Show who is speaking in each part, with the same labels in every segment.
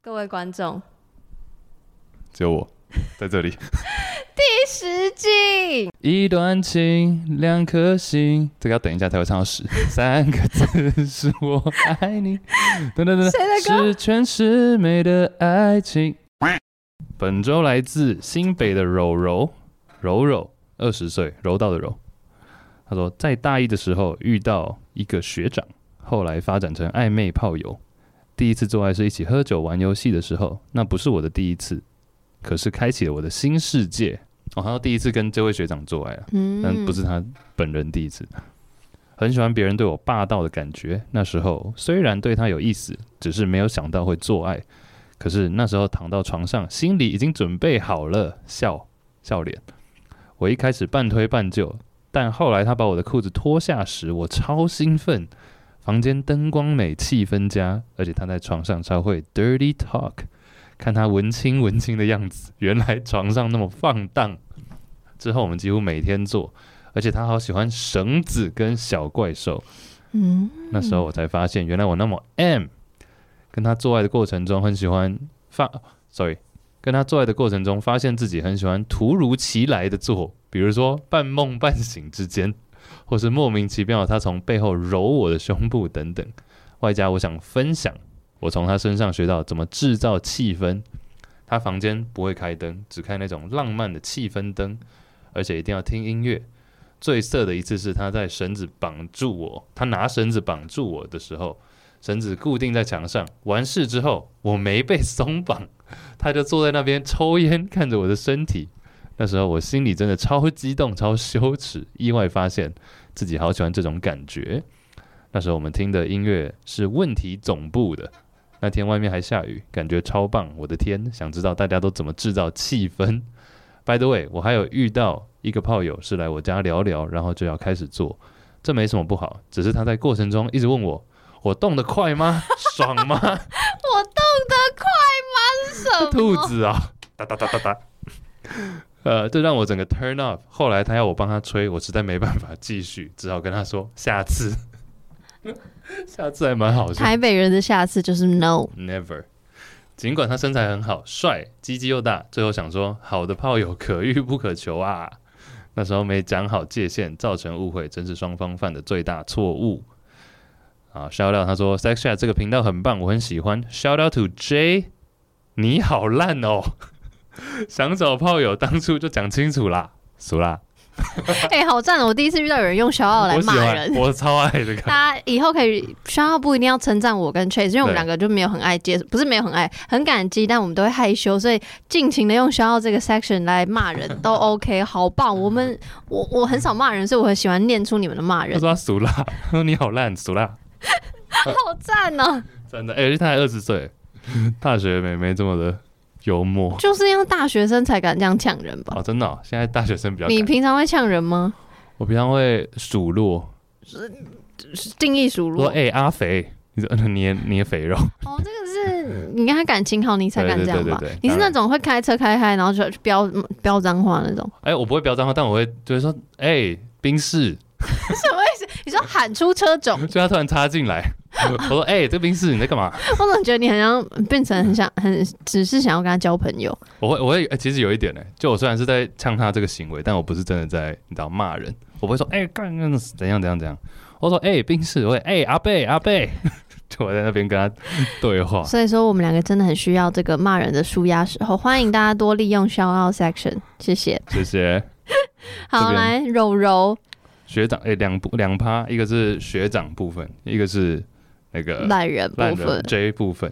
Speaker 1: 各位观众，
Speaker 2: 只有 我在这里。
Speaker 1: 第十季
Speaker 2: 一段情，两颗心，这个要等一下才会唱到十。三个字是我爱你， 等等等等，
Speaker 1: 谁的歌
Speaker 2: 十全十美的爱情。本周来自新北的柔柔，柔柔二十岁，柔道的柔。他说，在大一的时候遇到一个学长，后来发展成暧昧炮友。第一次做爱是一起喝酒玩游戏的时候，那不是我的第一次，可是开启了我的新世界。哦，他说第一次跟这位学长做爱啊，但
Speaker 1: 嗯
Speaker 2: 不是他本人第一次。很喜欢别人对我霸道的感觉。那时候虽然对他有意思，只是没有想到会做爱。可是那时候躺到床上，心里已经准备好了笑笑脸。我一开始半推半就，但后来他把我的裤子脱下时，我超兴奋。房间灯光美，气氛佳，而且他在床上超会 dirty talk。看他文青文青的样子，原来床上那么放荡。之后我们几乎每天做，而且他好喜欢绳子跟小怪兽。
Speaker 1: 嗯，
Speaker 2: 那时候我才发现，原来我那么 M。跟他做爱的过程中，很喜欢发，sorry，跟他做爱的过程中，发现自己很喜欢突如其来的做，比如说半梦半醒之间，或是莫名其妙他从背后揉我的胸部等等。外加我想分享，我从他身上学到怎么制造气氛。他房间不会开灯，只开那种浪漫的气氛灯，而且一定要听音乐。最色的一次是他在绳子绑住我，他拿绳子绑住我的时候，绳子固定在墙上。完事之后，我没被松绑，他就坐在那边抽烟，看着我的身体。那时候我心里真的超激动、超羞耻，意外发现自己好喜欢这种感觉。那时候我们听的音乐是问题总部的。那天外面还下雨，感觉超棒！我的天，想知道大家都怎么制造气氛。By the way，我还有遇到一个炮友是来我家聊聊，然后就要开始做，这没什么不好，只是他在过程中一直问我，我动得快 吗？爽吗？
Speaker 1: 我动得快吗？是什么？
Speaker 2: 兔子啊，哒哒哒哒哒。 呃，这让我整个 turn off。后来他要我帮他吹，我实在没办法继续，只好跟他说下次。 下次还蛮好笑。
Speaker 1: 台北人的下次就是 no。
Speaker 2: Never。尽管他身材很好，帅，鸡鸡又大，最后想说好的炮友可遇不可求啊。那时候没讲好界限，造成误会，真是双方犯的最大错误。啊，shout out，他说 Sex Chat 这个频道很棒，我很喜欢。Shout out to J，你好烂哦！ 想找炮友，当初就讲清楚啦，俗啦。
Speaker 1: 哎、好赞哦！我第一次遇到有人用小傲来
Speaker 2: 我喜
Speaker 1: 骂
Speaker 2: 欢，
Speaker 1: 人。
Speaker 2: 我超爱这个。
Speaker 1: 大家以后可以，小傲不一定要称赞我跟 Chase，因为我们
Speaker 2: 对
Speaker 1: 两个就没有很爱接，不是没有很爱，很感激，但我们都会害羞，所以尽情的用小傲这个 section 来骂人都 OK，好棒！我们我我很少骂人，所以我很喜欢念出你们的骂
Speaker 2: 他
Speaker 1: 人，
Speaker 2: 说他俗啦，他说你好烂，俗啦。
Speaker 1: 好赞哦！
Speaker 2: 真的，哎、而且他才二十岁，大学妹妹这么的幽默
Speaker 1: 就是要大学生才敢这样呛人吧？
Speaker 2: 哦，真的哦、现在大学生比较
Speaker 1: 你
Speaker 2: 敢。
Speaker 1: 平常会呛人吗？
Speaker 2: 我平常会数落，
Speaker 1: 定义数落。
Speaker 2: 说哎、阿肥，你 说嗯你你也肥肉，
Speaker 1: 哦，这个是你跟他感情好，你才敢这样吧
Speaker 2: 对对对对对？
Speaker 1: 你是那种会开车开开，然后就去飙飙脏话那种？
Speaker 2: 哎、我不会飙脏话，但我会就是说哎、冰室，
Speaker 1: 什么意思？你说喊出车种，
Speaker 2: 就他突然插进来， 我说哎、这个冰室你在干嘛？
Speaker 1: 我总觉得你好像变成很想很只是想要跟他交朋友。
Speaker 2: 我会我会、哎其实有一点呢、就我虽然是在呛他这个行为，但我不是真的在你知道骂人，我不会说哎干、干怎样怎样怎样，我说哎、冰室，我会哎、阿贝阿贝， 就我在那边跟他对话，
Speaker 1: 所以说，我们两个真的很需要这个骂人的舒压时候，欢迎大家多利用 shout out section，谢谢。
Speaker 2: 谢谢。
Speaker 1: 好，
Speaker 2: 这边
Speaker 1: 来柔柔
Speaker 2: 学长，哎、两部两趴，一个是学长部分，一个是那个
Speaker 1: 懒人部
Speaker 2: 烂
Speaker 1: 分
Speaker 2: 人，J 部分，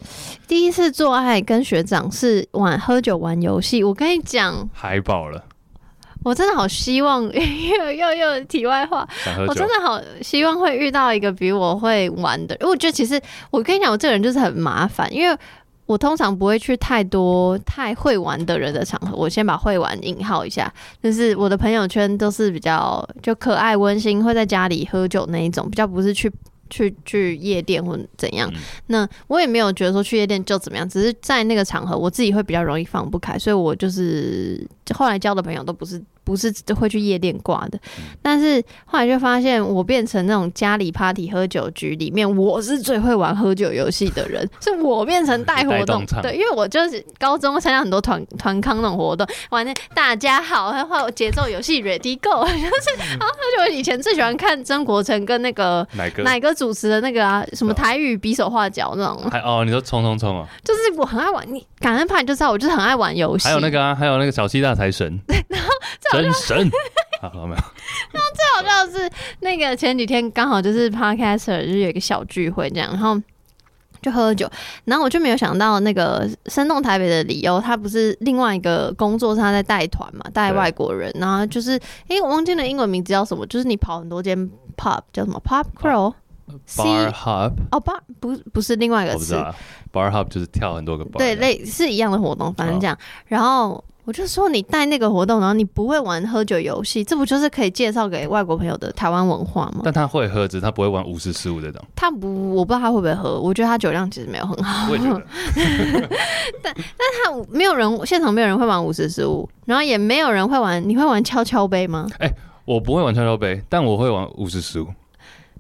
Speaker 1: 第一次做爱跟学长是玩喝酒玩游戏，我跟你讲，
Speaker 2: 嗨爆了，
Speaker 1: 我真的好希望 又又又题外话，
Speaker 2: 想喝
Speaker 1: 我
Speaker 2: 酒
Speaker 1: 哦真，的好希望会遇到一个比我会玩的。因为我觉得其实我跟你讲，我这个人就是很麻烦，因为我通常不会去太多太会玩的人的场合。我先把会玩引号一下，就是我的朋友圈都是比较就可爱温馨，会在家里喝酒那一种，比较不是去。去去夜店或怎样？
Speaker 2: 嗯
Speaker 1: 那我也没有觉得说去夜店就怎么样，只是在那个场合我自己会比较容易放不开，所以我就是后来交的朋友都不是不是会去夜店挂的。但是后来就发现，我变成那种家里 party 喝酒局里面，我是最会玩喝酒游戏的人， 是我变成带活
Speaker 2: 带
Speaker 1: 动
Speaker 2: 动，唱
Speaker 1: 对，因为我就是高中参加很多团团康那种活动，玩那大家好，然后节奏游戏 Ready Go，就是， 然后就我以前最喜欢看曾国成跟那个。
Speaker 2: 哪个？
Speaker 1: 奶哥主持的那个啊，什么
Speaker 2: 哦
Speaker 1: 台语比手画脚那种，
Speaker 2: 还哦，你说冲冲冲啊！
Speaker 1: 就是我很爱玩，你感恩派你就知道，我就是很爱玩游戏。
Speaker 2: 还有那个啊，还有那个小气大 财神，真神。好，好没有？
Speaker 1: 好像是那个前几天刚好就是 podcaster 就是有一个小聚会这样，然后就喝酒，然后我就没有想到那个生动台北的理由，他不是另外一个工作是他在带团嘛，带
Speaker 2: 对
Speaker 1: 外国人，然后就是诶、我忘记了英文名字叫什么，就是你跑很多间 pub 叫什么 pub crow。C
Speaker 2: Bar Hop，
Speaker 1: 哦不不不是另外一个
Speaker 2: 我不知
Speaker 1: 词
Speaker 2: 道，啊，Bar Hop 就是跳很多个 bar，
Speaker 1: 对，类是一样的活动，反正这样。然后我就说你带那个活动，然后你不会玩喝酒游戏，这不就是可以介绍给外国朋友的台湾文化吗？
Speaker 2: 但他会喝，只是他不会玩五十十五这种。
Speaker 1: 他不，我不知道他会不会喝，我觉得他酒量其实没有很 好，
Speaker 2: 我也觉得，
Speaker 1: 他没有人现场没有人会玩五十十五，然后也没有人会玩，你会玩敲敲杯吗？
Speaker 2: 我不会玩跷跷杯，但我会玩五十十五。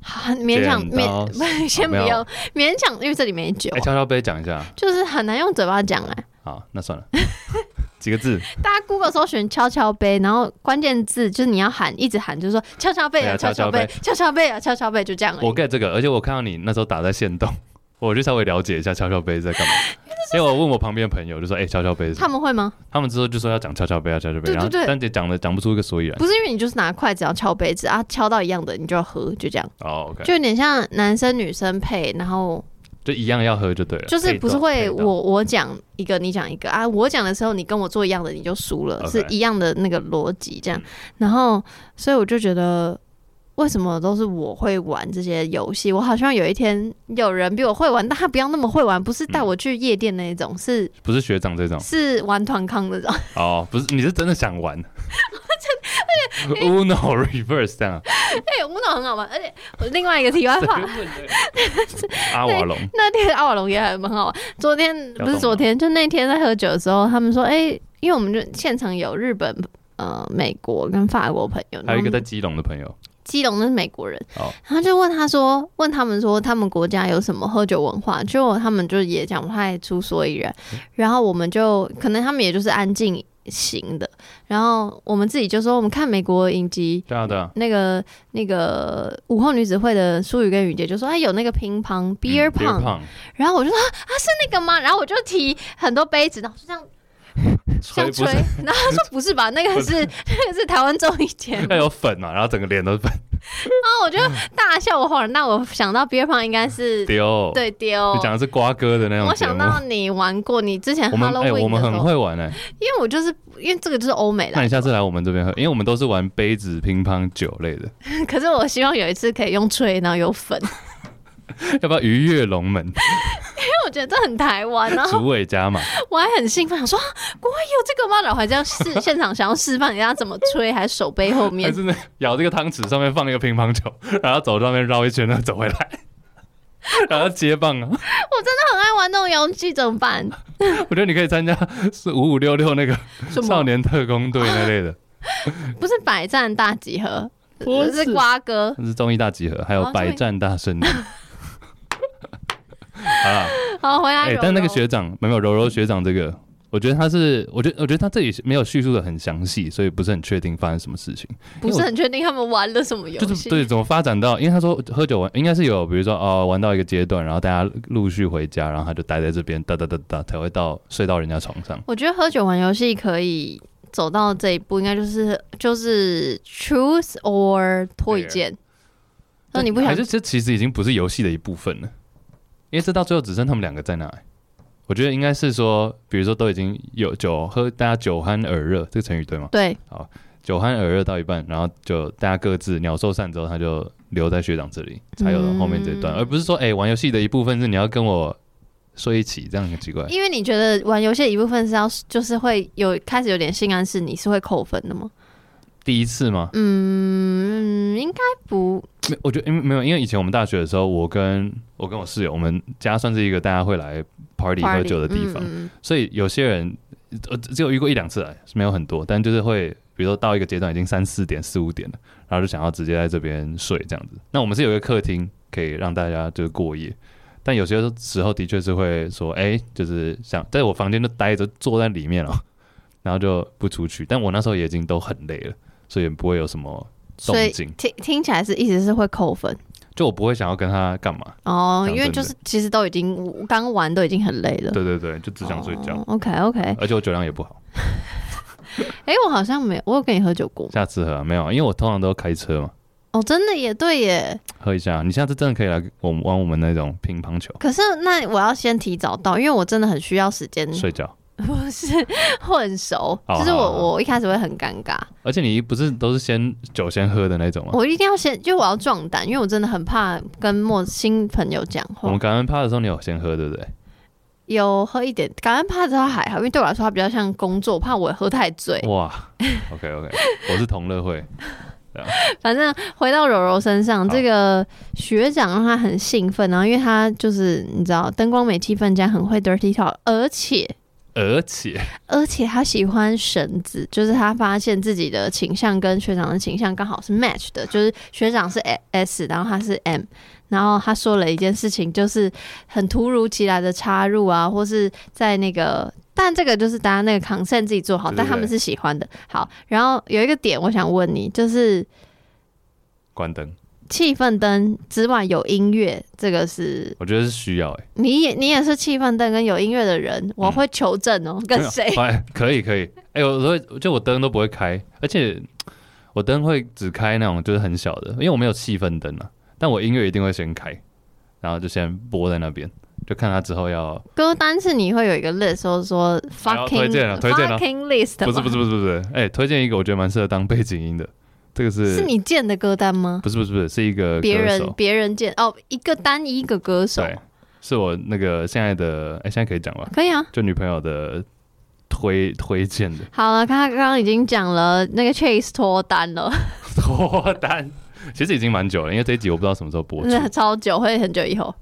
Speaker 1: 好勉强
Speaker 2: 剪刀
Speaker 1: 勉， 先不
Speaker 2: 没有
Speaker 1: 要勉强，因为这里没酒
Speaker 2: 哎，，跷跷杯讲一下，
Speaker 1: 就是很难用嘴巴讲哎、
Speaker 2: 好，那算了，几个字，
Speaker 1: 大家 Google 搜寻敲敲杯，然后关键字就是你要喊，一直喊，就是说敲敲杯
Speaker 2: 对
Speaker 1: 啊，
Speaker 2: 啊
Speaker 1: 敲敲杯，敲敲杯啊，敲敲杯，就这样而已。
Speaker 2: 我 get 这个，而且我看到你那时候打在线动，我就稍微了解一下跷跷杯在 干嘛。因为我问我旁边的朋友，就说：“哎、跷跷杯是什么
Speaker 1: 他们会吗？
Speaker 2: 他们之后就说要讲跷跷杯啊，跷跷杯，
Speaker 1: 对
Speaker 2: 然后
Speaker 1: 对对
Speaker 2: 但也讲了讲不出一个所以然。
Speaker 1: 不是因为你就是拿筷子要敲杯子啊，敲到一样的你就要喝，就这样，
Speaker 2: 哦，OK，就
Speaker 1: 就有点像男生女生配，然后
Speaker 2: 一样要喝就对了。
Speaker 1: 就是不是
Speaker 2: 配
Speaker 1: 会
Speaker 2: 到
Speaker 1: 我我讲一个你讲一个啊，我讲的时候你跟我做一样的你就输了
Speaker 2: OK
Speaker 1: 是一样的那个逻辑这样。然后所以我就觉得，为什么都是我会玩这些游戏？我好像有一天有人比我会玩，但他不要那么会玩，不是带我去夜店那一种，是
Speaker 2: 不是学长这种
Speaker 1: 是玩团康那种。
Speaker 2: 哦，不是你是真的想玩，Uno Reverse 这样 啊
Speaker 1: 哎、我不懂很好玩，而且我另外一个题外 话，
Speaker 2: 阿瓦隆
Speaker 1: 那天阿瓦隆也很很好玩。昨天
Speaker 2: 要
Speaker 1: 不是
Speaker 2: 动
Speaker 1: 昨
Speaker 2: 吗
Speaker 1: 天，就那天在喝酒的时候，他们说，哎、因为我们就现场有日本、呃美国跟法国朋友，
Speaker 2: 还有一个
Speaker 1: 然后
Speaker 2: 在基隆的朋友，
Speaker 1: 基隆的是美国人，
Speaker 2: 哦
Speaker 1: 然后就问他说，问他们说他们国家有什么喝酒文化，结果他们就也讲不太出所以然，
Speaker 2: 嗯
Speaker 1: 然后我们就可能他们也就是安静型的，然后我们自己就说，我们看美国影集。
Speaker 2: 对啊对啊，
Speaker 1: 那个那个午后女子会的淑宇跟雨杰就说，哎，有那个乒乓 beer
Speaker 2: 嗯 Beer
Speaker 1: pong，、然后我就说啊啊是那个吗？然后我就提很多杯子，然后就这样
Speaker 2: pong，
Speaker 1: 这
Speaker 2: 吹
Speaker 1: 样
Speaker 2: 不
Speaker 1: 吹
Speaker 2: 是，
Speaker 1: 然后他说不是 吧，那个是那个是台湾综艺节目，
Speaker 2: 要有粉啊嘛，然后整个脸都是 粉
Speaker 1: 然后我就大笑，我恍然大悟，我想到 beer pong 应该是
Speaker 2: 丢。
Speaker 1: 对丢
Speaker 2: 你。讲的是瓜哥的那种
Speaker 1: 我
Speaker 2: 节
Speaker 1: 想
Speaker 2: 目。
Speaker 1: 到你玩过，你之 前
Speaker 2: 我们哎、我
Speaker 1: Halloween
Speaker 2: 们
Speaker 1: 的时
Speaker 2: 很
Speaker 1: 候，
Speaker 2: 会玩哎、
Speaker 1: 因为我就是因为这个就是欧美
Speaker 2: 那
Speaker 1: 啦，
Speaker 2: 你下次来我们这边喝，因为我们都是玩杯子、乒乓、酒类的，
Speaker 1: 可是我希望有一次可以用吹，然后有 粉，因
Speaker 2: 要不要鱼跃 龙门？
Speaker 1: 为我觉得这很台湾，然 后
Speaker 2: 竹尾加码，
Speaker 1: 我还很兴奋，想说、啊、国外有这个吗？然后我还这样试现场想要示范人家怎么吹，还手背后面
Speaker 2: 还，是那咬这个汤匙上面放一个乒乓球， 然后走到那边绕一圈，然后走回来， 然后接棒啊！
Speaker 1: 很爱玩那种游戏怎么 办？
Speaker 2: 我觉得你可以参加是五五六六那个
Speaker 1: 什
Speaker 2: 少
Speaker 1: 么？
Speaker 2: 年特工队那类 的，
Speaker 1: 不是百战大集合，
Speaker 2: 不
Speaker 1: 是
Speaker 2: 是
Speaker 1: 瓜哥。
Speaker 2: 那是综艺大集合，还
Speaker 1: 哦
Speaker 2: 有
Speaker 1: 综艺
Speaker 2: 百战大 胜利。好啦，
Speaker 1: 好，回来
Speaker 2: 哎、
Speaker 1: 柔柔。
Speaker 2: 但那个学长没有柔柔学长这个，我觉得他是，我觉得我觉得他这里是没有叙述的很详细，所以不是很确定发生什么事情。
Speaker 1: 不是很确定他们玩了什么游戏，
Speaker 2: 就是对怎么发展到，因为他说喝酒玩应该是有，比如说哦玩到一个阶段，然后大家陆续回家，然后他就待在这边哒哒哒哒才会到睡到人家床上。
Speaker 1: 我觉得喝酒玩游戏可以走到这一步，应该就是就是 choose or 推荐。那你不想
Speaker 2: 还是这其实已经不是游戏的一部分了，因为这到最后只剩他们两个在那、欸我觉得应该是说，比如说都已经有酒喝，大家酒酣耳热，这个成语对吗？
Speaker 1: 对
Speaker 2: 酒酣耳热到一半，然后就大家各自鸟兽散之后，他就留在学长这里，才有了后面这一段，
Speaker 1: 嗯
Speaker 2: 而不是说，哎、玩游戏的一部分是你要跟我睡一起，这样很奇怪。
Speaker 1: 因为你觉得玩游戏的一部分是要就是会有开始有点性暗示，你是会扣分的吗？
Speaker 2: 第一次吗？
Speaker 1: 嗯，应该不。
Speaker 2: 没，我觉得因为没有，因为以前我们大学的时候，我跟我跟我室友，我们家算是一个大家会来 party 喝
Speaker 1: party，嗯
Speaker 2: 酒的地方，
Speaker 1: 嗯嗯嗯
Speaker 2: 哎所以有些人呃只有遇过一两次来，没有很多，但就是会比如说到一个阶段已经三四点、四五点了，然后就想要直接在这边睡这样子。那我们是有一个客厅可以让大家就是过夜，但有些时候的确是会说，哎、就是想在我房间就待着，坐在里面哦， 然后就不出去。但我那时候也已经都很累了，所以也不会有什么
Speaker 1: 所以
Speaker 2: 动静，
Speaker 1: 听听起来是一直是会扣分
Speaker 2: 就我不会想要跟他干嘛。
Speaker 1: 哦，
Speaker 2: 讲
Speaker 1: 因为
Speaker 2: 真
Speaker 1: 就
Speaker 2: 的
Speaker 1: 是其实都已经刚玩都已经很累了，
Speaker 2: 对对对，就
Speaker 1: 哦
Speaker 2: 只想睡觉，
Speaker 1: OK OK，哎、
Speaker 2: 而且我酒量也不好。
Speaker 1: 诶我好像没有，我有跟你喝酒过吗
Speaker 2: 下次喝、啊、没有，因为我通常都开车嘛，
Speaker 1: 哦，真的也对耶。
Speaker 2: 喝一下。你下次真的可以来我们玩我们那种乒乓球，
Speaker 1: 可是那我要先提早到，因为我真的很需要时间，
Speaker 2: 睡觉。
Speaker 1: 不是 混熟，
Speaker 2: 哦
Speaker 1: 就是
Speaker 2: 好好
Speaker 1: 我
Speaker 2: 好
Speaker 1: 我一开始会很尴尬，
Speaker 2: 而且你不是都是先酒先喝的那种吗？
Speaker 1: 我一定要先，就我要壮胆，因为我真的很怕跟陌新朋友讲
Speaker 2: 我
Speaker 1: 话
Speaker 2: 们。感恩趴的时候，你有先喝对不对？
Speaker 1: 有喝一点，感恩怕的话还好，因为对我来说它比较像工作，我怕我喝太醉。
Speaker 2: 哇，OK OK，我是同乐会，
Speaker 1: 反正回到柔柔身上，
Speaker 2: 好
Speaker 1: 这个学长让他很兴奋，然后因为他就是你知道灯光美气氛加很会 dirty talk，而且
Speaker 2: 而且
Speaker 1: 而且他喜欢绳子，就是他发现自己的倾向跟学长的倾向刚好是 match 的，就是学长是 S，然后他是 M，然后他说了一件事情，就是很突如其来的插入啊，或是在那个。但这个就是大家那个 consent 自己做好，
Speaker 2: 对对
Speaker 1: 但他们是喜欢的。好，然后有一个点我想问你，就是
Speaker 2: 关灯，
Speaker 1: 气氛灯之外有音乐，这个是
Speaker 2: 我觉得是需要哎、
Speaker 1: 你也你也是气氛灯跟有音乐的人，我会求证哦，
Speaker 2: 没
Speaker 1: 跟
Speaker 2: 有
Speaker 1: 谁？
Speaker 2: 哎，可以可以，哎、我都会就我灯都不会开，而且我灯会只开那种就是很小的，因为我没有气氛灯啊，但我音乐一定会先开，然后就先播在那边，就看他之后要
Speaker 1: 歌单是你会有一个 list，说说
Speaker 2: 哎
Speaker 1: fucking
Speaker 2: 呦推荐了推荐了
Speaker 1: fucking list，
Speaker 2: 不是不是
Speaker 1: 吗
Speaker 2: 不是不是，哎、推荐一个我觉得蛮适合当背景音的，这个是
Speaker 1: 是你建的歌单吗？
Speaker 2: 不是不是不是是一个
Speaker 1: 别
Speaker 2: 歌
Speaker 1: 人
Speaker 2: 手，
Speaker 1: 别人建哦，一个单一个歌手，
Speaker 2: 对，是我那个现在的哎、现在可以讲吧，
Speaker 1: 可以啊。
Speaker 2: 就女朋友的推推荐 的
Speaker 1: 好了，他刚刚已经讲了那个 Chase 脱单了，
Speaker 2: 脱单，其实已经蛮久了，因为这一集我不知道什么时候播出，
Speaker 1: 超久，会很久以后。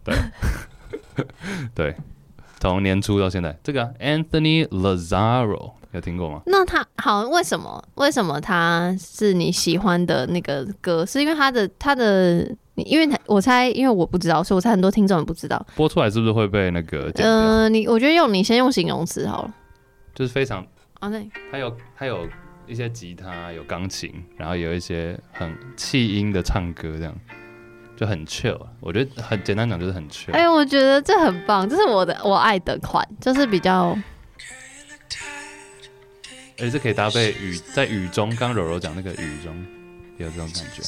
Speaker 2: 从年初到现在，这个啊、Anthony Lazaro 有听过吗？
Speaker 1: 那他好，为什么为什么他是你喜欢的那个歌？是因为他的他的，因为他我猜，因为我不知道，所以我猜很多听众也不知道。
Speaker 2: 播出来是不是会被那个剪掉？
Speaker 1: 嗯、你我觉得用你先用形容词好了。
Speaker 2: 就是非常，
Speaker 1: 啊，那
Speaker 2: 它有它有一些吉他，有钢琴，然后有一些很气音的唱歌，这样就很 chill 啊。我觉得很简单讲就是很 chill。
Speaker 1: 哎、我觉得这很棒，这是我的我爱的款，就是比 较
Speaker 2: 而且是可以搭配雨，在雨中，刚柔柔讲那个雨中，也有这种感觉，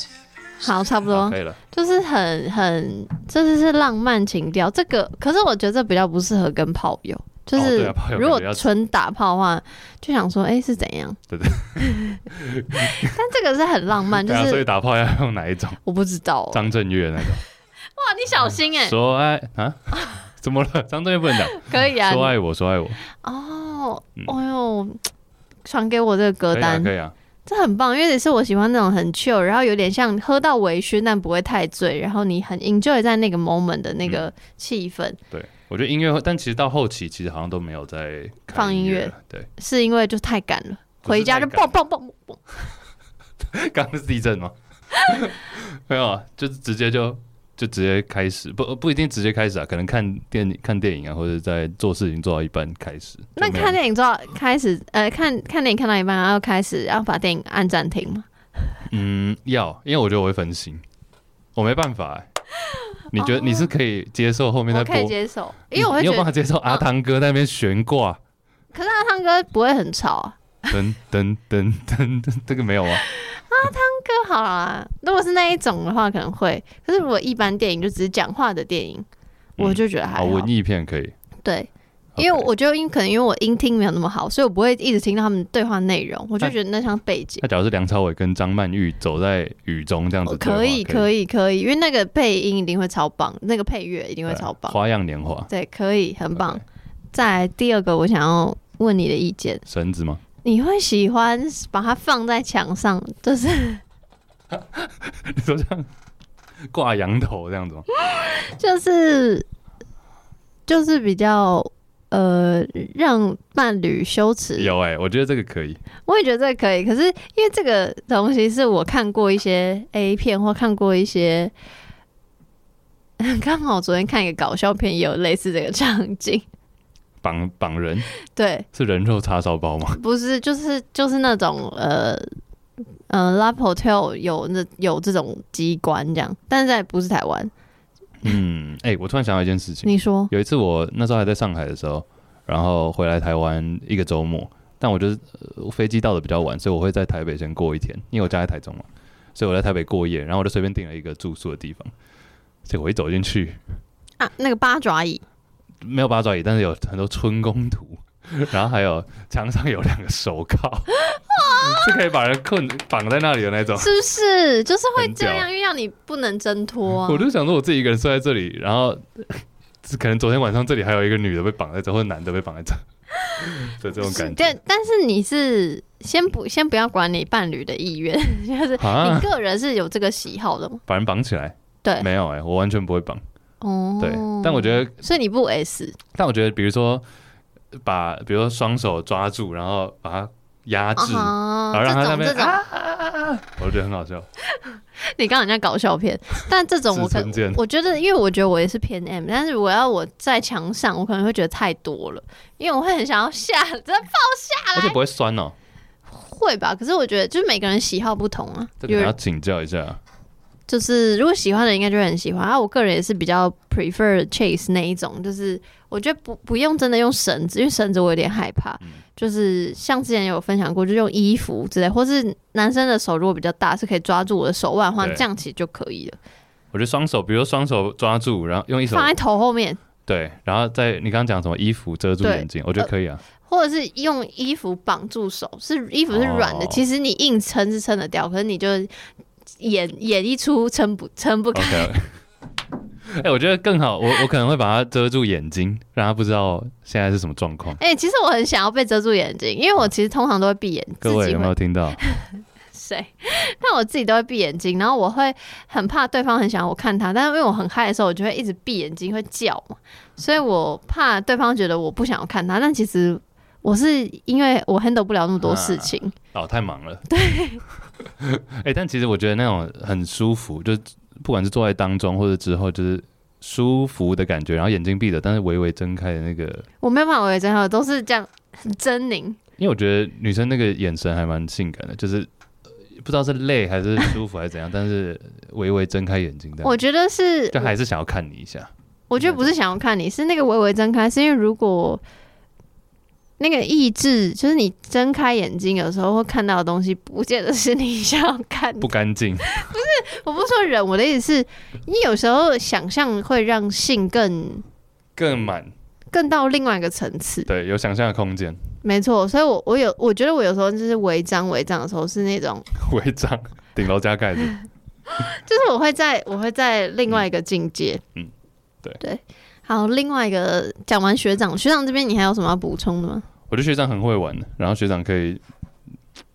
Speaker 1: 好，差不多
Speaker 2: 好可，以了。
Speaker 1: 就是很很，这就是浪漫情调。这个可是我觉得这比较不适合跟炮友，就
Speaker 2: 哦对
Speaker 1: 是
Speaker 2: 啊炮友
Speaker 1: 如果
Speaker 2: 感觉要
Speaker 1: 纯打炮的话，就想说，哎、是怎样？
Speaker 2: 对
Speaker 1: 对。 但这个是很浪漫，就
Speaker 2: 对啊，所以
Speaker 1: 是
Speaker 2: 打炮要用哪一种？
Speaker 1: 我不知道哦、
Speaker 2: 张震岳那种，
Speaker 1: 哇，你小心哎、
Speaker 2: 说爱啊？ 怎么了？张震岳 不能讲，
Speaker 1: 可以啊。
Speaker 2: 说
Speaker 1: 你
Speaker 2: 爱我，说爱我，
Speaker 1: 哦，
Speaker 2: 嗯
Speaker 1: 哎呦，传给我这个歌
Speaker 2: 可以啊，
Speaker 1: 单，
Speaker 2: 可以啊。
Speaker 1: 这很棒，因为也是我喜欢那种很 chill，然后有点像喝到微醺，但不会太醉，然后你很 enjoy 在那个 moment 的那
Speaker 2: 嗯
Speaker 1: 个气氛，
Speaker 2: 对，我觉得音乐会，但其实到后期其实好像都没有在开
Speaker 1: 放音乐
Speaker 2: 乐了。对，
Speaker 1: 是因为就太赶了，
Speaker 2: 不是
Speaker 1: 回家就
Speaker 2: 太赶
Speaker 1: 蹦蹦蹦蹦，
Speaker 2: 刚刚是地震吗？ 没有，啊，就是直接就就直接开始，不不一定直接开始啊，可能看电影看电影啊，或者在做事情做到一半开始。
Speaker 1: 那
Speaker 2: 就没有
Speaker 1: 看电影之后开始，呃，看看电影看到一半，然后开始要把电影按暂停吗？
Speaker 2: 嗯，要，因为我觉得我会分心，我没办法、欸。你觉得你是可以接受后面
Speaker 1: 哦
Speaker 2: 再
Speaker 1: 我
Speaker 2: 播？
Speaker 1: 可以接受，因为
Speaker 2: 你
Speaker 1: 我会
Speaker 2: 你
Speaker 1: 觉
Speaker 2: 有
Speaker 1: 得，啊
Speaker 2: 办法接受阿汤哥在那边悬挂，
Speaker 1: 可是他唱歌不会很吵啊。
Speaker 2: 噔噔噔噔噔，这个没有啊？
Speaker 1: 歌好啦，如果是那一种的话可能会，可是如果一般电影就只是讲话的电影，
Speaker 2: 嗯
Speaker 1: 我就觉得还好。
Speaker 2: 好，文艺片可以，
Speaker 1: 对，因为
Speaker 2: OK
Speaker 1: 我觉得因可能因为我音听没有那么好，所以我不会一直听到他们对话内容，我就
Speaker 2: 哎
Speaker 1: 觉得那像背景。
Speaker 2: 那假如是梁朝伟跟张曼玉走在雨中这样子
Speaker 1: 哦
Speaker 2: 对话，
Speaker 1: 可以可
Speaker 2: 以，
Speaker 1: 以可以，因为那个配音一定会超棒，那个配乐一定
Speaker 2: 因
Speaker 1: 会超棒。
Speaker 2: 啊花样年华，
Speaker 1: 对，可以，很棒
Speaker 2: OK。
Speaker 1: 再来第二个，我想要问你的意见，
Speaker 2: 绳子吗？
Speaker 1: 你会喜欢把它放在墙上，就是
Speaker 2: 你说这样挂羊头这样子吗？
Speaker 1: 就是就是比较呃让伴侣羞耻，
Speaker 2: 有哎、我觉得这个可以。
Speaker 1: 我也觉得这个可以。可是因为这个东西是我看过一些 A 片或看过一些。 刚好昨天看一个搞笑片，也有类似这个场景。
Speaker 2: 绑绑人
Speaker 1: 对，
Speaker 2: 是人肉叉烧包吗？
Speaker 1: 不是，就是就是那种呃呃，Love Hotel 有那有这种机关这样，但是在不是台湾。
Speaker 2: 嗯，哎、我突然想到一件事情，
Speaker 1: 你说
Speaker 2: 有一次我那时候还在上海的时候，然后回来台湾一个周末，但我就是、呃飞机到的比较晚，所以我会在台北先过一天，因为我家在台中嘛，所以我在台北过夜，然后我就随便订了一个住宿的地方，结果我一走进去，
Speaker 1: 啊，那个八爪椅，
Speaker 2: 没有八爪鱼，但是有很多春宫图， 然后还有墙上有两个手铐， 是可以把人困绑在那里的那种。
Speaker 1: 是不是就是会
Speaker 2: 很
Speaker 1: 这
Speaker 2: 屌
Speaker 1: 样，因为让你不能挣脱啊
Speaker 2: 我。就想说，我自己一个人睡在这里，然后 可能昨天晚上这里还有一个女的被绑在这，或者男的被绑在这， 的这种感觉
Speaker 1: 但但是你是先不先不要管你伴侣的意愿，就是
Speaker 2: 啊
Speaker 1: 你，个人是有这个喜好的吗？
Speaker 2: 把人绑起来
Speaker 1: 对，
Speaker 2: 没有哎、我完全不会绑。
Speaker 1: 哦，
Speaker 2: 对，但我觉得，
Speaker 1: 得，所以你不 S，
Speaker 2: 但我觉得，比如说把，比如说双手抓住，然后把它压制，
Speaker 1: 啊哈，
Speaker 2: 然后让
Speaker 1: 这
Speaker 2: 他那
Speaker 1: 种
Speaker 2: 边
Speaker 1: 这种，
Speaker 2: 我觉得很好笑。
Speaker 1: 你刚刚人家搞笑片，但这种我可
Speaker 2: 自尊贱
Speaker 1: 我觉得，因为我觉得我也是偏 M，但是我要我在墙上，我可能会觉得太多了，因为我会很想要下，真的
Speaker 2: 而且不会酸哦，
Speaker 1: 会吧？可是我觉得就是每个人喜好不同啊，
Speaker 2: 这
Speaker 1: 有
Speaker 2: 个你要
Speaker 1: 人
Speaker 2: 请教一下。
Speaker 1: 就是如果喜欢的应该就会很喜欢啊。我个人也是比较 prefer chase 那一种，就是我觉得不不用真的用绳子，因为绳子我有点害怕。
Speaker 2: 嗯
Speaker 1: 就是像之前有分享过，就用衣服之类，或是男生的手如果比较大，是可以抓住我的手腕的话，
Speaker 2: 对
Speaker 1: 这样其实就可以了，
Speaker 2: 我觉得双手，比如说双手抓住，然后用一手
Speaker 1: 放在头后面。
Speaker 2: 对，然后再你刚刚讲什么衣服遮住
Speaker 1: 对
Speaker 2: 眼睛，我觉得可以啊。
Speaker 1: 或者是用衣服绑住手，是衣服是软的，
Speaker 2: 哦
Speaker 1: 其实你硬撑是撑得掉，可是你就演演一出撑不撑不开。
Speaker 2: OK，哎、我觉得更好，我我可能会把它遮住眼睛，让他不知道现在是什么状况。
Speaker 1: 哎、其实我很想要被遮住眼睛，因为我其实通常都会闭眼，自
Speaker 2: 各位
Speaker 1: 己
Speaker 2: 有没
Speaker 1: 会
Speaker 2: 有 听到？
Speaker 1: 谁， 但我自己都会闭眼睛，然后我会很怕对方很想要我看他，但是因为我很嗨的时候，我就会一直闭眼睛会叫嘛，所以我怕对方觉得我不想要看他，但其实我是因为我 handle 不了那么多事情，
Speaker 2: 哦，太忙了。对。 哎、但其实我觉得那种很舒服，就是不管是坐在当中或者之后，就是舒服的感觉，然后眼睛闭着，但是微微睁开的那个，
Speaker 1: 我没有办法为真好，我都是这样 很狰狞。
Speaker 2: 因为我觉得女生那个眼神还蛮性感的，就是呃不知道是累还是舒服还是怎样，但是微微睁开眼睛这样，
Speaker 1: 我觉得是
Speaker 2: 就还是想要看你一下。
Speaker 1: 我觉得不是想要看你，是那个微微睁开，是因为如果那个意志，就是你睁开眼睛，有时候会看到的东西，不见得是你想要看的
Speaker 2: 不。干净，
Speaker 1: 我不是说人，我的意思是，你有时候想象会让性更
Speaker 2: 更满，
Speaker 1: 更到另外一个层次。
Speaker 2: 对，有想象的空间，
Speaker 1: 没错，所以我我有我觉得我有时候就是违章违章的时候是那种，
Speaker 2: 违章，顶楼加盖子，
Speaker 1: 就是我会在我会在另外一个境界。
Speaker 2: 嗯嗯对
Speaker 1: 对。好，另外一个讲完学长，学长这边你还有什么要补充的吗？
Speaker 2: 我觉得学长很会玩的，然后学长可以，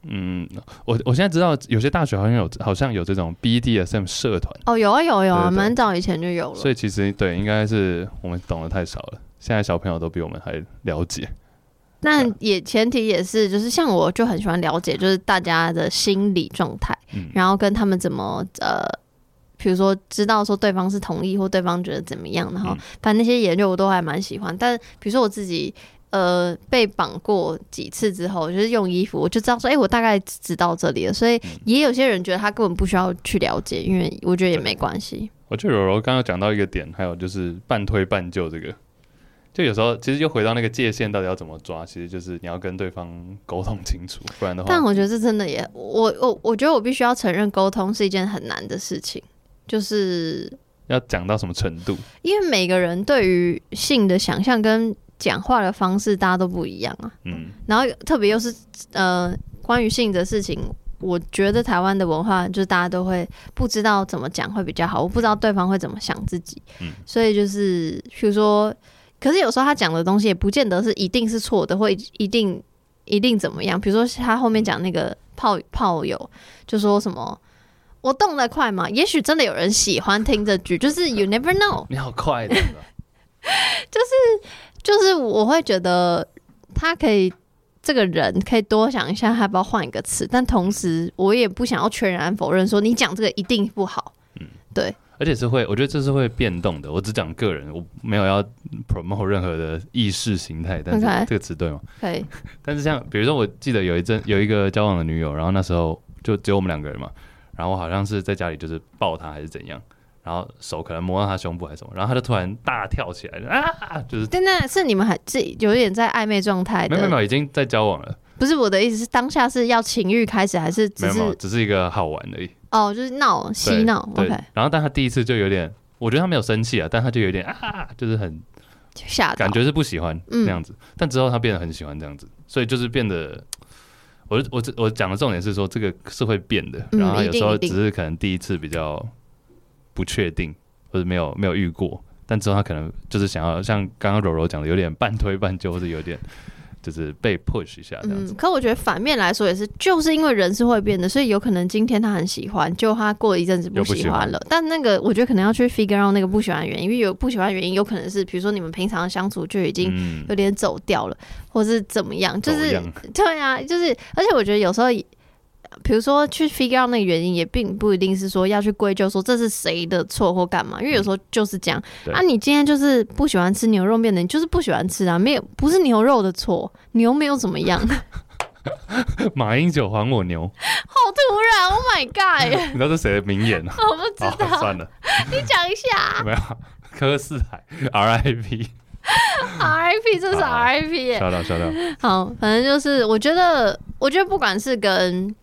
Speaker 2: 嗯，我我现在知道有些大学好像有好像有这种 E BDSM 社团，
Speaker 1: 哦，有啊有啊有啊，
Speaker 2: 对对对
Speaker 1: 蛮早以前就有了。
Speaker 2: 所以其实对，应该是我们懂得太少了，现在小朋友都比我们还了解，
Speaker 1: 那也前提也是，就是像我就很喜欢了解，就是大家的心理状态，
Speaker 2: 嗯
Speaker 1: 然后跟他们怎么呃，比如说知道说对方是同意或对方觉得怎么样，然后
Speaker 2: 嗯
Speaker 1: 反正那些研究我都还蛮喜欢。但比如说我自己呃被绑过几次之后，就是用衣服，我就知道说，哎、我大概知道这里了。所
Speaker 2: 嗯
Speaker 1: 以也有些人觉得他根本不需要去了解，因为我觉得也没关系。
Speaker 2: 我觉得柔柔刚刚讲到一个点，还有就是半推半就这个，就有时候其实又回到那个界限到底要怎么抓，其实就是你要跟对方沟通清楚，不然的
Speaker 1: 但
Speaker 2: 话，
Speaker 1: 我觉得这真的也，我我我觉得我必须要承认，沟通是一件很难的事情，就是
Speaker 2: 要讲到什么程度？
Speaker 1: 因为每个人对于性的想象跟讲话的方式，大家都不一样啊。
Speaker 2: 嗯，
Speaker 1: 然后特别又是呃，关于性的事情，我觉得台湾的文化就是大家都会不知道怎么讲会比较好，我不知道对方会怎么想自己，
Speaker 2: 嗯
Speaker 1: 所以就是比如说，可是有时候他讲的东西也不见得是一定是错的，或一一定一定怎么样。比如说他后面讲那个炮炮友，就说什么。我动得快嘛，也许真的有
Speaker 2: 啊
Speaker 1: 人喜欢听这句，就是 you never know。
Speaker 2: 你好快的，
Speaker 1: 就是我会觉得他可以，这个人可以多想一下，他要不要换一个词。但同时，我也不想要全然否认说你讲这个一定不好。
Speaker 2: 而且是会，我觉得这是会变动的。我只讲个人，我没有要 promote 任何的意识形态，但
Speaker 1: OK
Speaker 2: 是这个词对吗？
Speaker 1: 可以，
Speaker 2: 但是像比如说，我记得有一阵有一个交往的女友，然后那时候就只有我们两个人嘛，然后我好像是在家里就是抱她还是怎样，然后手可能摸到她胸部还是什么，然后她就突然大跳 起来，啊，就是
Speaker 1: 但那是你们还自己有点在暧昧状态
Speaker 2: 没有没有没
Speaker 1: 的，
Speaker 2: 有已经在交往了，
Speaker 1: 不是我的意思是当下是要情欲开始，还是
Speaker 2: 没
Speaker 1: 只
Speaker 2: 有没有，
Speaker 1: 是
Speaker 2: 只是一个好玩而已。
Speaker 1: 哦，就是闹嬉
Speaker 2: 对
Speaker 1: 闹
Speaker 2: 对
Speaker 1: ？OK，
Speaker 2: 然后但她第一次就有点，我觉得她没有生气啊，但她就有点啊，就是很
Speaker 1: 吓到
Speaker 2: 感觉是不喜欢
Speaker 1: 嗯
Speaker 2: 那样子，但之后他变得很喜欢这样子，所以就是变得，我我我讲的重点是说这个是会变的，
Speaker 1: 嗯
Speaker 2: 然后他
Speaker 1: 一
Speaker 2: 有
Speaker 1: 定
Speaker 2: 时候
Speaker 1: 一定
Speaker 2: 只是可能第一次比较不确定或者没有没有遇过，但之后他可能就是想要像刚刚柔柔讲的，有点半推半就，或者有点就是被 push 一下这样子。
Speaker 1: 嗯，可我觉得反面来说也是，就是因为人是会变的，所以有可能今天他很喜欢，就他过一阵子不
Speaker 2: 又不喜
Speaker 1: 喜欢
Speaker 2: 欢
Speaker 1: 了。但那个我觉得可能要去 figure out 那个不喜欢的原因，因为有不喜欢的原因，有可能是比如说你们平常相处就已经
Speaker 2: 嗯，
Speaker 1: 有点走掉了，或是怎么样，就
Speaker 2: 走
Speaker 1: 是
Speaker 2: 样
Speaker 1: 对啊，就是而且我觉得有时候也。比如说去 figure out 那个原因，也并不一定是说要去归咎说这是谁的错或干嘛，因为有时候就是这样。
Speaker 2: 嗯对
Speaker 1: 啊，你今天就是不喜欢吃牛肉面的，你就是不喜欢吃啊，没有不是牛肉的错，牛没有怎么样。
Speaker 2: 马英九还我牛，
Speaker 1: 好突然，Oh my god！
Speaker 2: 你知道这谁的名言啊？
Speaker 1: 我不知
Speaker 2: 好，
Speaker 1: 道，
Speaker 2: 算了，
Speaker 1: 你讲一下
Speaker 2: 没有。柯四海 RIP，
Speaker 1: RIP，这是
Speaker 2: 好
Speaker 1: RIP 耶。
Speaker 2: 笑到笑到，
Speaker 1: 好，反正就是我觉得，我觉得不管是跟，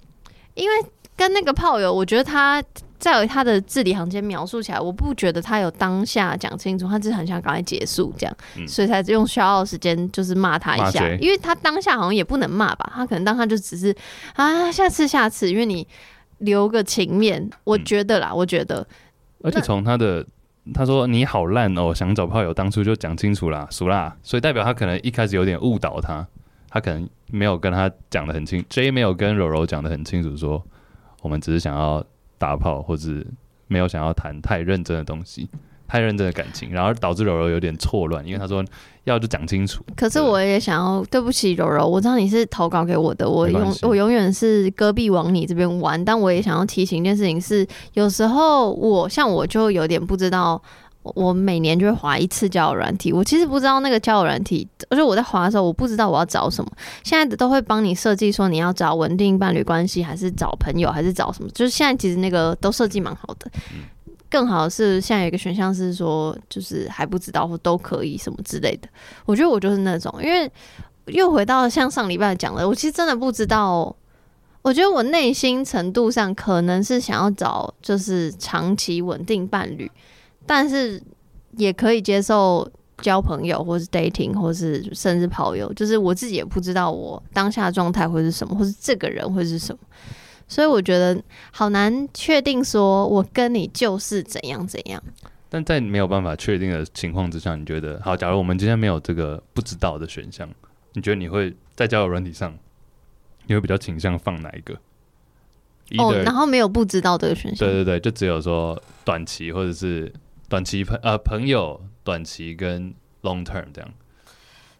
Speaker 1: 因为跟那个炮友，我觉得他在他的字里行间描述起来，我不觉得他有当下讲清楚，他只是很想赶快结束这样，
Speaker 2: 嗯
Speaker 1: 所以才用消耗时间就是骂他一
Speaker 2: 骂
Speaker 1: 下，
Speaker 2: 谁
Speaker 1: 因为他当下好像也不能骂吧，他可能当下就只是啊，下次下次，因为你留个情面，我
Speaker 2: 嗯
Speaker 1: 觉得啦，我觉得。
Speaker 2: 而且从他的他说你好烂哦，想找炮友，当初就讲清楚啦，熟啦，所以代表他可能一开始有点误导他，他可能没有跟他讲的很清，J 没有跟柔柔讲的很清楚说我们只是想要打炮，或是没有想要谈太认真的东西。太认真的感情，然后导致柔柔有点错乱，因为他说要就讲清楚，
Speaker 1: 可是
Speaker 2: 对
Speaker 1: 我也想要，对不起柔柔，我知道你是投稿给我的，我
Speaker 2: 没关
Speaker 1: 永
Speaker 2: 系嗯
Speaker 1: 我永远是戈壁往你这边玩，但我也想要提醒一件事情是，有时候我像我就有点不知道，我我每年就会滑一次交友软体，我其实不知道那个交友软体，而且我在滑的时候我不知道我要找什么，现在都会帮你设计说你要找稳定伴侣关系，还是找朋友，还是找什么，就是现在其实那个都设计蛮好的。更好的是现在有一个选项是说，就是还不知道或都可以什么之类的。我觉得我就是那种，因为又回到像上礼拜讲的，我其实真的不知道。我觉得我内心程度上可能是想要找就是长期稳定伴侣，但是也可以接受交朋友，或是 dating，或是甚至跑友。就是我自己也不知道我当下的状态会是什么，或是这个人会是什么。所以我觉得好难确定，说我跟你就是怎样怎样。
Speaker 2: 但在没有办法确定的情况之下，你觉得好？假如我们今天没有这个不知道的选项，你觉得你会在交友软体上，你会比较倾向放哪一个？
Speaker 1: 哦，
Speaker 2: Either-
Speaker 1: 然后没有不知道这个选项
Speaker 2: 对。对对，就只有说短期或者是短期朋呃朋友短期跟 long term 这样，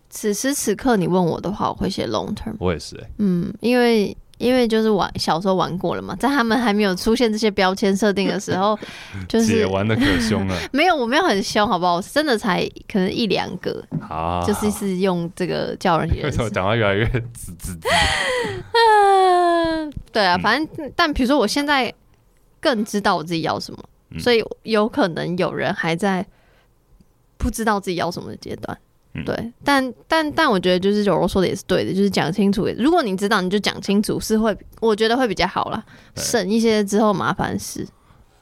Speaker 1: 此时此刻你问我的话，我会写 long term。
Speaker 2: 我也是、欸，
Speaker 1: 嗯，因为因为就是玩小时候玩过了嘛，在他们还没有出现这些标签设定的时 候，就
Speaker 2: 姐
Speaker 1: 是
Speaker 2: 玩的可 凶了，
Speaker 1: 没有我没有很凶，好不好？我真的才可能一两个，
Speaker 2: 好，
Speaker 1: 就是是用这个叫人
Speaker 2: 啊 为
Speaker 1: 认
Speaker 2: 什么
Speaker 1: 识。
Speaker 2: 讲话越 来越滋滋滋？
Speaker 1: 啊 对啊，
Speaker 2: 嗯
Speaker 1: 反正但比如说我现在更知道我自己要什么，
Speaker 2: 嗯
Speaker 1: 所以有可能有人还在不知道自己要什么的阶段。
Speaker 2: 嗯
Speaker 1: 对，但但但我觉得就是柔柔说的也是对的，就是讲清楚。如果你知道，你就讲清楚，是会我觉得会比较好啦，
Speaker 2: 对
Speaker 1: 省一些之后麻烦事。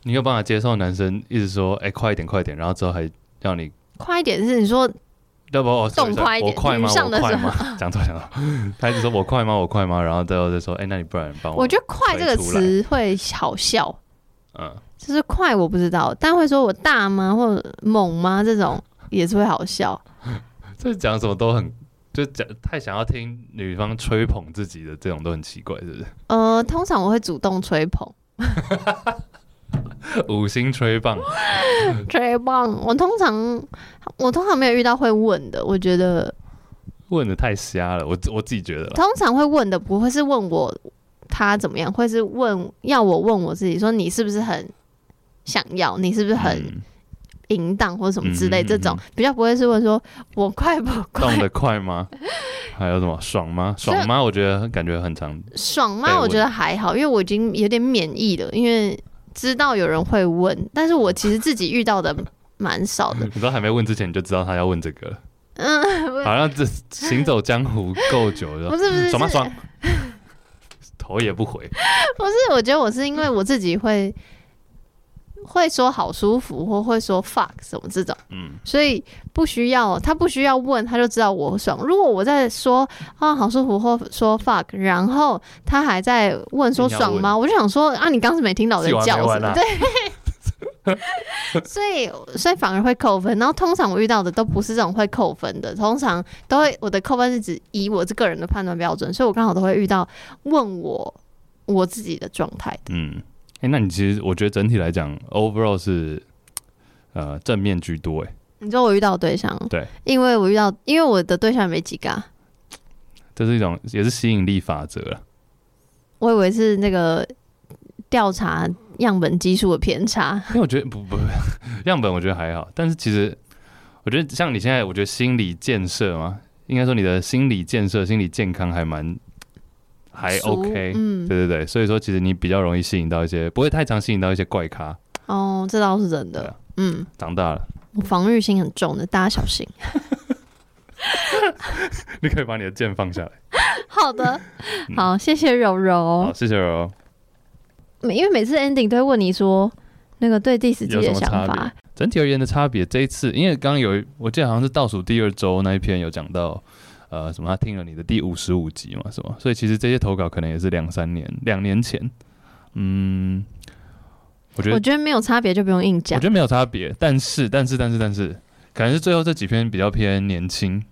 Speaker 2: 你有办法接受男生一直说哎、快一点快一点，然后之后还让你
Speaker 1: 快一点是你
Speaker 2: 哦
Speaker 1: 说
Speaker 2: 要不我
Speaker 1: 动快一点
Speaker 2: 我快吗？
Speaker 1: 女上的
Speaker 2: 我快
Speaker 1: 时候
Speaker 2: 吗？ 讲错讲错，他一直说我快吗？我快吗？然后最后再说哎、那你不然帮我？
Speaker 1: 我觉得“快”这个
Speaker 2: 推出来
Speaker 1: 词会好笑，
Speaker 2: 嗯，
Speaker 1: 就是“快”我不知道，但会说我大吗或者猛吗这种也是会好笑。
Speaker 2: 这讲什么都很。就讲太想要听女方吹捧自己的这种都很奇怪，是不是？
Speaker 1: 呃，通常我会主动吹捧，
Speaker 2: 五星吹棒，嗯
Speaker 1: 最棒！我通常我通常没有遇到会问的，我觉得
Speaker 2: 问的太瞎了，我我自己觉得啦。
Speaker 1: 通常会问的不会是问我他怎么样，会是问要我问我自己说你是不是很想要，你是不是很
Speaker 2: 嗯
Speaker 1: 淫荡或者什么之类，
Speaker 2: 嗯嗯嗯
Speaker 1: 这种比较不会是问说我快不
Speaker 2: 动
Speaker 1: 快
Speaker 2: 得快吗？还有什么爽吗？
Speaker 1: 所以
Speaker 2: 爽吗？我觉得感觉很长。
Speaker 1: 爽
Speaker 2: 被
Speaker 1: 吗？
Speaker 2: 问
Speaker 1: 我觉得还好，因为我已经有点免疫了，因为知道有人会问，但是我其实自己遇到的蛮少的。
Speaker 2: 你都还没问之前，你就知道他要问这个了。
Speaker 1: 嗯，不
Speaker 2: 好像这行走江湖够久
Speaker 1: 不
Speaker 2: 了，
Speaker 1: 是不是
Speaker 2: 爽吗？
Speaker 1: 是
Speaker 2: 爽，头也不回。
Speaker 1: 不是，我觉得我是因为我自己会会说好舒服，或会说 fuck 什么这种，
Speaker 2: 嗯，
Speaker 1: 所以不需要他不需要问，他就知道我爽。如果我在说啊好舒服或说 fuck，然后他还在问说
Speaker 2: 硬要
Speaker 1: 爽
Speaker 2: 问
Speaker 1: 吗，我就想说啊你刚刚是没听到我在
Speaker 2: 戏
Speaker 1: 叫
Speaker 2: 玩没
Speaker 1: 什
Speaker 2: 完
Speaker 1: 么？
Speaker 2: 啊
Speaker 1: 对。 所以，所以反而会扣分。然后，通常我遇到的都不是这种会扣分的，通常都会我的扣分是指以我这个人的判断标准，所以我刚好都会遇到问我我自己的状态。
Speaker 2: 嗯，哎、那你其实我觉得整体来讲，overall 是呃正面居多、诶，
Speaker 1: 你知道我遇到的对象，
Speaker 2: 对，
Speaker 1: 因为我遇到，因为我的对象也没几个、啊，
Speaker 2: 这是一种也是吸引力法则了。
Speaker 1: 我以为是那个调查样本基数的偏差，
Speaker 2: 因为我觉得不不样本我觉得还好，但是其实我觉得像你现在，我觉得心理建设嘛，应该说你的心理建设、心理健康还蛮还
Speaker 1: 熟
Speaker 2: 哎 OK，、
Speaker 1: 嗯，
Speaker 2: 对对对，所以说其实你比较容易吸引到一些，不会太常吸引到一些怪咖。
Speaker 1: 哦，这倒是真
Speaker 2: 对啊
Speaker 1: 的，嗯，
Speaker 2: 长大了，
Speaker 1: 我防御心很重的，大家小心。
Speaker 2: 你可以把你的剑放下来。
Speaker 1: 好的，
Speaker 2: 嗯
Speaker 1: 好，谢谢柔柔
Speaker 2: 好，，谢谢哦。
Speaker 1: 每因为每次 ending 都会问你说那个对第十集
Speaker 2: 有什
Speaker 1: 的
Speaker 2: 么
Speaker 1: 想
Speaker 2: 差
Speaker 1: 法
Speaker 2: 别，？整体而言的差别，这一次因为刚刚有我记得好像是倒数第二周那一篇有讲到，呃，什么他听了你的第五十五集嘛，是吗？所以其实这些投稿可能也是两三年、两年前，嗯，我觉得
Speaker 1: 我觉得没有差别就不用硬
Speaker 2: 我
Speaker 1: 讲
Speaker 2: 觉，得没有差别，但是但是但是但是，可能是最后这几篇比较偏年轻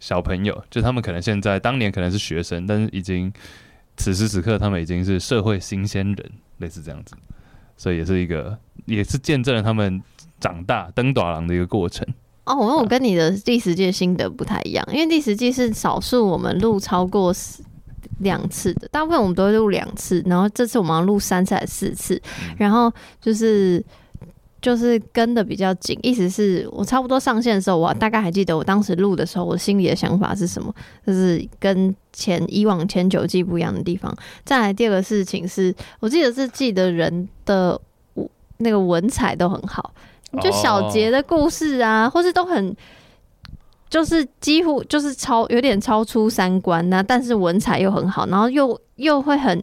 Speaker 2: 小朋友，就他们可能现在当年可能是学生，但是已经此时此刻他们已经是社会新鲜人，类似这样子，所以也是一个也是见证了他们长大登短廊的一个过程。
Speaker 1: 哦，那我跟你的第十季的心得不太一样，因为第十季是少数我们录超过十两次的，大部分我们都会录两次，然后这次我们要录三次还是四次，
Speaker 2: 嗯
Speaker 1: 然后就是。就是跟的比较紧，意思是我差不多上线的时候，我大概还记得我当时录的时候，我心里的想法是什么，就是跟前以往前九季不一样的地方。再来第二个事情是，我记得这季的人的那个文采都很好，就小节的故事啊，或是都很，就是几乎就是超有点超出三观那、但是文采又很好，然后又又会很，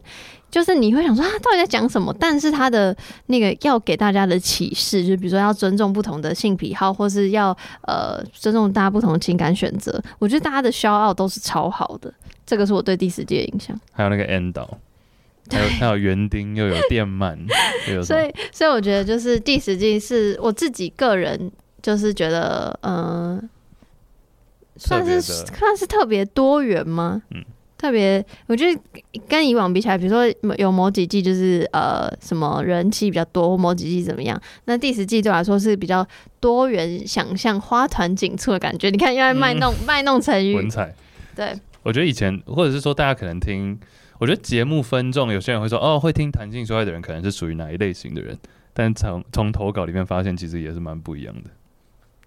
Speaker 1: 就是你会想说他啊到底在讲什么？但是他的那个要给大家的启示，就比如说要尊重不同的性癖好，或是要呃尊重大家不同的情感选择，我觉得大家的骄傲都是超好的。这个是我对第十届的印象，
Speaker 2: 还有那个 N 岛，还有还有园丁，又有电鳗，又有什
Speaker 1: 所
Speaker 2: 么
Speaker 1: 以，所以我觉得就是第十季是我自己个人就是觉得，嗯、
Speaker 2: 特
Speaker 1: 算
Speaker 2: 别
Speaker 1: 是
Speaker 2: 的
Speaker 1: 算是特别多元吗？
Speaker 2: 嗯
Speaker 1: 特别，我觉得跟以往比起来，比如说某有某几季就是呃什么人气比较多，或某几季怎么样，那第十季对我来说是比较多元想象、花团锦簇的感觉。你看，又在卖弄、卖弄成
Speaker 2: 嗯文
Speaker 1: 语，
Speaker 2: 采。
Speaker 1: 对，
Speaker 2: 我觉得以前，或者是说大家可能听，我觉得节目分众，有些人会说，哦，会听弹性说爱的人可能是属于哪一类型的人，但从 从投稿里面发现，其实也是蛮不一样的，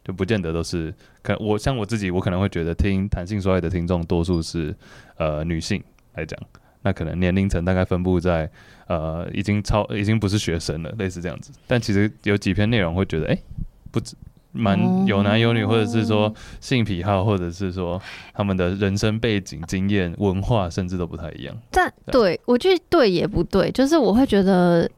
Speaker 2: 就不见得都是，可我像我自己，我可能会觉得听弹性说爱的听众多数是呃女性来讲，那可能年龄层大概分布在呃已经超已经不是学生了，类似这样子，但其实有几篇内容会觉得，哎、不止。蛮有男有女，或者是说性癖好，或者是说他们的人生背景、经验、文化，甚至都不太一样。
Speaker 1: 但
Speaker 2: 对
Speaker 1: 对我觉得对也不对，就是我会觉得，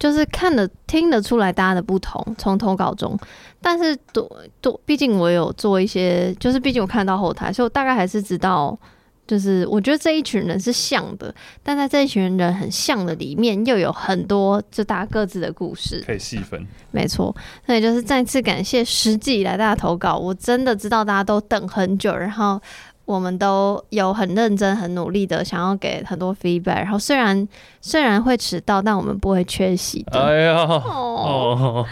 Speaker 1: 就是看得听得出来大家的不同，从投稿中。但是多多，毕竟我有做一些，就是毕竟我看到后台，所以我大概还是知道，就是我觉得这一群人是像的，但在这一群人很像的里面，又有很多就大家各自的故事。
Speaker 2: 可以细分。
Speaker 1: 没错，那也就是再次感谢十季以来大家投稿，我真的知道大家都等很久，然后我们都有很认真、很努力的想要给很多 feedback，然后虽然虽然会迟到，但我们不会缺席的。
Speaker 2: 哎呀，
Speaker 1: 哦
Speaker 2: 哦，